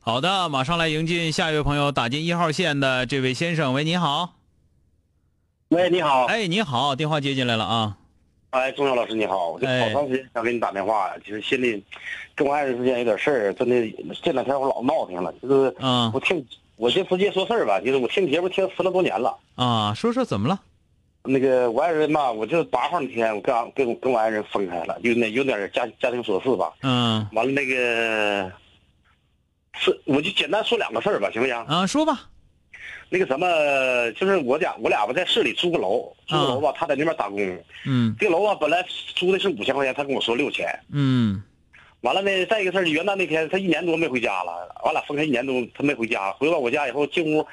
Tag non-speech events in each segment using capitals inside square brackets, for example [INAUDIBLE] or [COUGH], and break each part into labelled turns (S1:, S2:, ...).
S1: 好的，马上来迎进下一位朋友打进一号线的这位先生。喂，你好。
S2: 喂，你好，
S1: 哎，你好，电话接进来了啊。
S2: 哎，钟晓老师你好，我就
S1: 哎
S2: 好长时间想给你打电话，其实心里跟我爱人之间有点事儿，真的这两天我老闹腾了，就是
S1: 嗯
S2: 我听我就直接说事儿吧，就是我听节目听十来多年了，
S1: 啊，说说怎么了？
S2: 那个我爱人吧，我就八号那天我跟俺跟我跟我爱人分开了，有点有点家家庭琐事吧，
S1: 嗯
S2: 完了那个是我就简单说两个事儿吧，行不行？
S1: 啊，说吧。
S2: 那个什么，就是我俩我俩吧在市里租个楼，租
S1: 啊
S2: 个楼吧，他在那边打工，
S1: 嗯
S2: 这个楼吧啊本来租的是五千块钱，他跟我说六千。
S1: 嗯
S2: 完了呢，再一个事儿，元旦那天他一年多没回家了，完了分开一年多，他没回家。回到我家以后，进屋，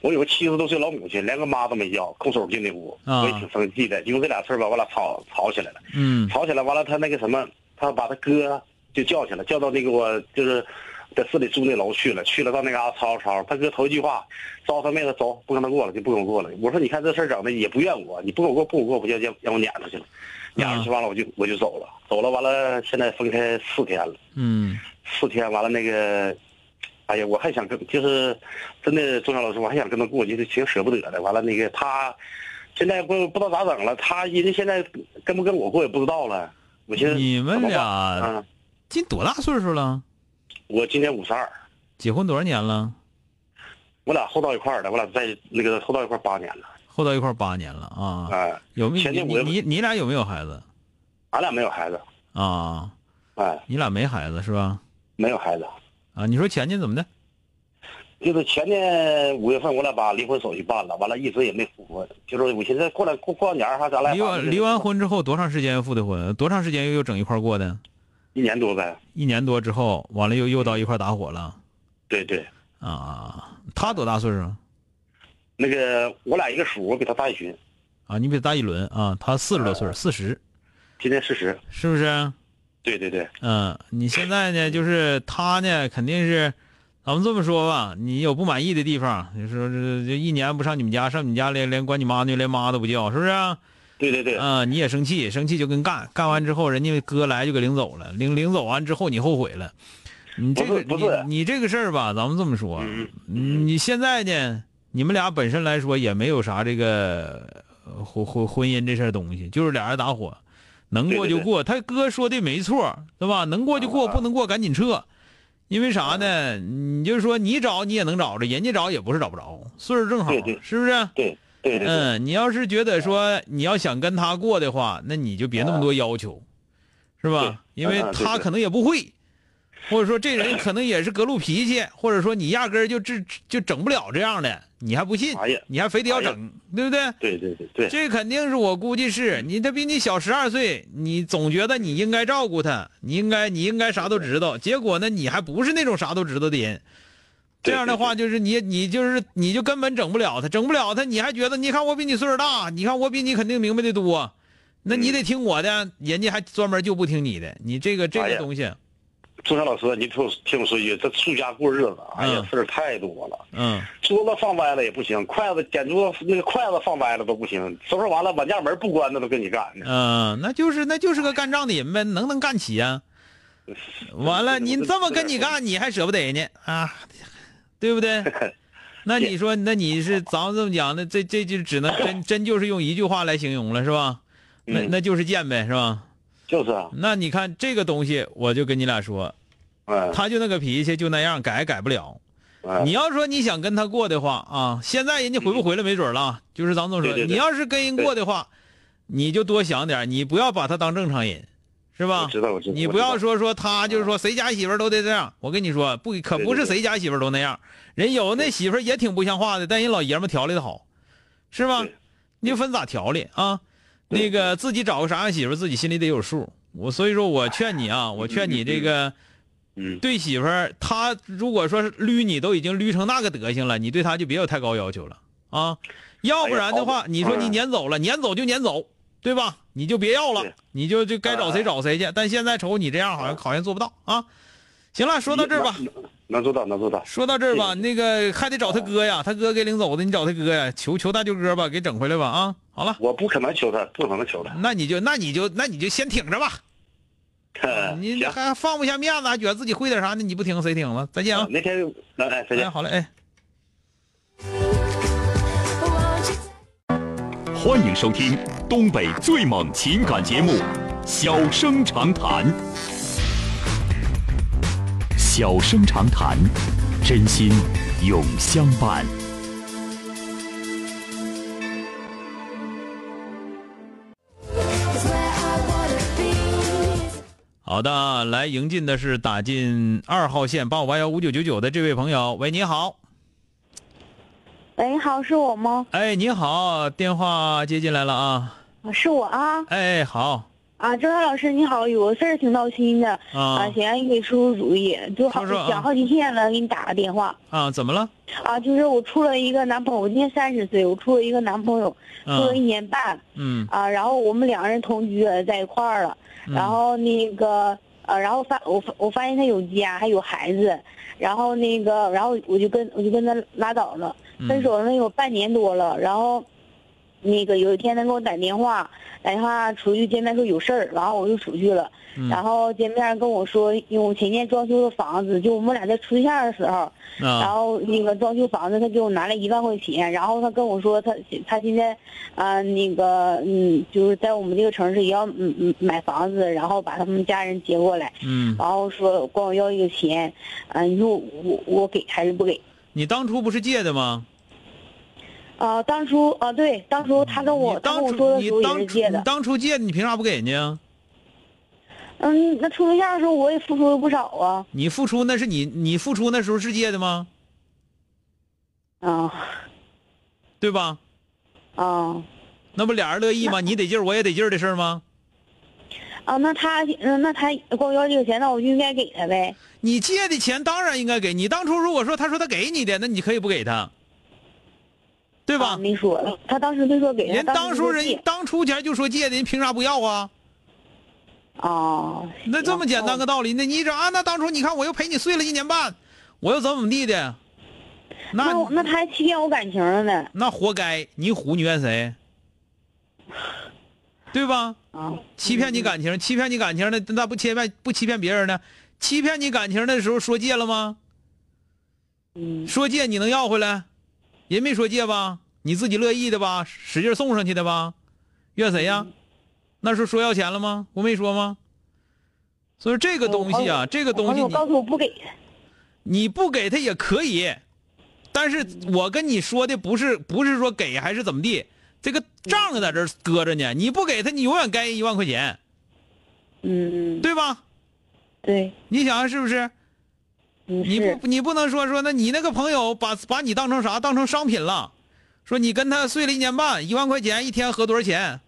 S2: 我有个七十多岁老母亲，连个妈都没叫，空手进的屋，
S1: 啊
S2: 我也挺生气的。因为这俩事儿吧，我俩吵吵起来了，
S1: 嗯
S2: 吵起来完了，他那个什么，他把他哥就叫去了，叫到那个我就是在市里租那楼去了，去了到那嘎达吵吵吵，他哥头一句话，招他妹子走，不跟他过了，就不跟我过了。我说你看这事儿整的也不怨我，你不跟我过不跟我过，我就让让我撵出去了，撵出去完了我就我就走了，走了完了现在分开四天了。
S1: 嗯
S2: 四天完了那个，哎呀，我还想跟，就是真的，钟晓老师，我还想跟他过，就是挺舍不得的。完了那个他，现在不不知道咋整了，他人家现在跟不跟我过也不知道了。我寻思
S1: 你们
S2: 怎么办
S1: 俩
S2: 啊，
S1: 今多大岁数了？
S2: 我今年五十二，
S1: 结婚多少年了？
S2: 我俩后到一块儿的，我俩在那个后到一块儿八年了
S1: 后到一块儿八年了啊。
S2: 啊，
S1: 有没有
S2: 前
S1: 你
S2: 年五月
S1: 你
S2: 份
S1: 你你俩有没有孩子
S2: 俺俩没有孩子，
S1: 啊？
S2: 哎，
S1: 你俩没孩子是吧？
S2: 没有孩子。
S1: 啊，你说前年怎么的？
S2: 就是前年五月份，我俩把离婚手续办了，完了一直也没复婚。就是我寻思过来过过完年儿哈，咱俩
S1: 离
S2: 把
S1: 完离完婚之后多长时间复的婚？多长时间又又整一块儿过的？
S2: 一年多呗，
S1: 一年多之后，完了又又到一块儿打火了
S2: 对对。
S1: 啊？他多大岁数
S2: 那个我俩一个属，我比他大一旬，
S1: 啊？你比他大一轮啊？他四十多岁，四十
S2: 今年四十。
S1: 是不是？
S2: 对对对，
S1: 嗯，你现在呢，就是他呢，肯定是，咱们这么说吧，你有不满意的地方，你说这这一年不上你们家，上你们家连连管你妈呢，连妈都不叫，是不是啊？
S2: 对对对，
S1: 啊你也生气，生气就跟干，干完之后人家哥来就给领走了，领领走完之后你后悔了，你这
S2: 不
S1: 个
S2: 是不是
S1: 你你这个事儿吧，咱们这么说，
S2: 嗯
S1: 你现在呢，你们俩本身来说也没有啥这个呃婚婚婚姻这事儿东西，就是俩人打火，能过就过。他哥说的没错，对吧？能过就过，
S2: 啊
S1: 不能过赶紧撤。因为啥呢？你就是说你找你也能找着，人家找也不是找不着，岁数正好
S2: 对，对
S1: 是不是？
S2: 对对对对，
S1: 嗯，你要是觉得说你要想跟他过的话，那你就别那么多要求，是
S2: 对
S1: 吧？因为
S2: 嗯嗯对
S1: 他
S2: 对
S1: 可能也不会，或者说这人可能也是隔路脾气，或者说你压根儿就治就整不了这样的，你还不信
S2: 哎呀，
S1: 你还非得要
S2: 哎呀
S1: 整，对不对？
S2: 对对对对，
S1: 这肯定是我估计是你，他比你小十二岁，你总觉得你应该照顾他，你应该你应该啥都知道，结果呢，你还不是那种啥都知道的人。这
S2: 对
S1: 样的
S2: 对
S1: 话，就是你你就是你就根本整不了他，整不了他，你还觉得你看我比你岁数大，你看我比你肯定明白的多，那你
S2: 嗯
S1: 得听我的，人家还专门就不听你的，你这个这
S2: 哎
S1: 个
S2: 呀
S1: 东西，
S2: 钟晓老师，你听我听我说一句，这住家过日子，哎呀
S1: 嗯，
S2: 事儿太多了，
S1: 嗯
S2: 桌子放歪了也不行，筷子捡桌子那个筷子放歪了都不行，收拾完了把家门不关的都跟你干呢。
S1: 嗯、那就是那就是个干仗的人呗，能能干起啊？完了，你这么跟你干，你还舍不得人家啊，对不对？那你说，那你是咱们这么讲的，这这就只能真真就是用一句话来形容了，是吧？那
S2: 嗯
S1: 那就是贱呗，是吧？
S2: 就是啊，
S1: 那你看这个东西，我就跟你俩说，
S2: 嗯
S1: 他就那个脾气就那样，改也改不了。
S2: 嗯，
S1: 你要说你想跟他过的话啊，现在人家回不回来没准儿了啊，就是咱们总说，
S2: 嗯对对对
S1: 你要是跟人过的话，你就多想点儿，你不要把他当正常人，是吧
S2: 我？知道我知道，
S1: 你
S2: 我
S1: 不
S2: 知
S1: 要
S2: 道
S1: 说说他就是说谁家媳妇儿都得这样，我跟你说不可
S2: 对对
S1: 不是
S2: 对
S1: 谁家媳妇儿都那样，人有那媳妇儿也挺不像话的，但人老爷们儿调理的好，是吧
S2: 对？
S1: 你就分咋调理啊？
S2: 对
S1: 那个自己找个啥样媳妇儿，自己心里得有数。我所以说我劝你啊，我劝你这个
S2: 嗯
S1: 对媳妇儿，她如果说是捋你都已经捋成那个德行了，你对她就别有太高要求了啊，要不然的
S2: 哎
S1: 话
S2: 呀，
S1: 你说你
S2: 嗯
S1: 撵走了，撵走就撵走，对吧？你就别要了
S2: 对，哎
S1: 你就就该找谁找谁去。但现在瞅你这样，好像
S2: 嗯
S1: 好像做不到啊。行了，说到这儿吧，
S2: 能，能能做到能做到，
S1: 说到这儿吧，
S2: 谢
S1: 那个还得找他哥呀，他哥给领走的，你找他哥呀，求求大舅哥吧，给整回来吧啊。好了，
S2: 我不可能求他，不可能求他，
S1: 那你就那你就那你就先挺着吧，你
S2: [LAUGHS] 行，
S1: 嗯还放不下面子，还觉得自己会点啥呢？你不挺谁挺了？再见啊！
S2: 那天那哎再见
S1: 哎，。好嘞，哎。
S3: 欢迎收听东北最猛情感节目《小生长谈》。小生长谈，真心永相伴。
S1: 好的，来迎进的是打进二号线八五八幺五九九九的这位朋友。喂，你好，
S4: 喂，哎你好，是我吗？
S1: 哎，你好，电话接进来了啊，
S4: 啊是我啊
S1: 哎，好
S4: 啊，周涛老师你好，有个事儿挺闹心的
S1: 啊
S4: 啊，想让你给出出主意，就好
S1: 说说啊
S4: 想好几天了，给你打个电话
S1: 啊，怎么了？
S4: 啊，就是我处了一个男朋友，我今年三十岁，我处了一个男朋友，处了一
S1: 嗯
S4: 年半
S1: 嗯
S4: 啊，然后我们两个人同居了，在一块儿了，然后那个呃，然后发我发我发现他有家还有孩子，然后那个然后我就跟我就跟他拉倒了。
S1: 嗯
S4: 分
S1: 啊
S4: 手了有半年多了，然后那个有一天他给我打电话，打电话出去见面说有事儿，然后我就出去了，
S1: 嗯
S4: 然后见面跟我说，因为我前年装修的房子，就我们俩在处对象的时候，然
S1: 啊
S4: 后那个装修房子，他给我拿了一万块钱，然后他跟我说他他现在，啊、那个嗯，就是在我们这个城市也要嗯嗯买房子，然后把他们家人接过来，
S1: 嗯，
S4: 然后说管我要一个钱，啊、你说我我给还是不给？
S1: 你当初不是借的吗？
S4: 啊、当初啊、对，当初他跟我
S1: 你
S4: 他跟
S1: 当
S4: 我说
S1: 初
S4: 的
S1: 你
S4: 时候也
S1: 当
S4: 是
S1: 初
S4: 借
S1: 你
S4: 的。
S1: 当初借的，你凭啥不给人家？
S4: 嗯，那处对象的时候我也付出了不少啊。
S1: 你付出那是你你付出那时候是借的吗？
S4: 啊
S1: 对吧？
S4: 啊
S1: 那不俩人乐意吗？你得劲儿，我也得劲儿的事儿吗？
S4: 啊！那他嗯，那他管我要这个钱，那我就应该给他呗。
S1: 你借的钱当然应该给你。当初如果说他说他给你的，那你可以不给他，对
S4: 对
S1: 吧？
S4: 没说了，他当时没说啊给他，
S1: 人当初
S4: 说
S1: 人
S4: 借
S1: 当初前就说借的，人凭啥不要啊？
S4: 啊，
S1: 那这么简单个
S4: 个
S1: 道理，那你这啊，那当初你看我又陪你睡了一年半，我又怎么怎么地的，那
S4: 那我那他还欺骗我感情了呢
S1: 那活该，你虎你怨谁？对吧？
S4: 啊！
S1: 欺骗你感情，欺骗你感情的，那不欺骗不欺骗别人呢？欺骗你感情的时候说借了吗？
S4: 嗯
S1: 说借你能要回来？人没说借吧？你自己乐意的吧？使劲送上去的吧？怨谁呀？那时候说要钱了吗？我没说吗？所以这个东西啊，这个东西
S4: 哦我
S1: 你
S4: 告诉我不给他
S1: 你不给他也可以，但是我跟你说的不是不是说给还是怎么地，这个账在这儿搁着呢。你不给他，你永远该一万块钱，
S4: 嗯嗯
S1: 对吧？
S4: 对，
S1: 你想想是不是？
S4: 嗯
S1: 你
S4: 是
S1: 不你不能说说，那你那个朋友把把你当成啥？当成商品了？说你跟他睡了一年半，一万块钱一天合多少钱？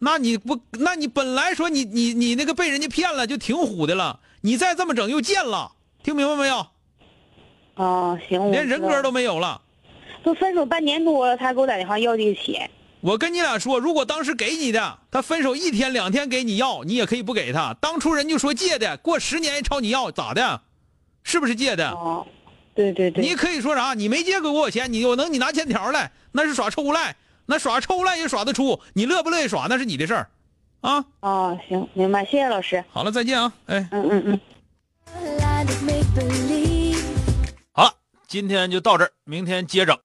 S1: 那你不，那你本来说你你你那个被人家骗了就挺虎的了，你再这么整又贱了，听明白没有？
S4: 啊，行，我
S1: 连人格都
S4: 没
S1: 没有了。
S4: 都分手半年多了，他给我打电话要这个钱。
S1: 我跟你俩说，如果当时给你的，他分手一天两天给你要，你也可以不给他。当初人就说借的，过十年人朝你要，咋的？是不是借的？
S4: 哦，对对对，
S1: 你可以说啥？你没借给我钱，你有能你拿欠条来，那是耍臭无赖，那耍臭无赖也耍得出，你乐不乐意耍那是你的事儿，啊，
S4: 哦，行，明白，谢谢老师。
S1: 好了，再见啊，哎，
S4: 嗯嗯嗯，
S1: 好了，今天就到这儿，明天接着。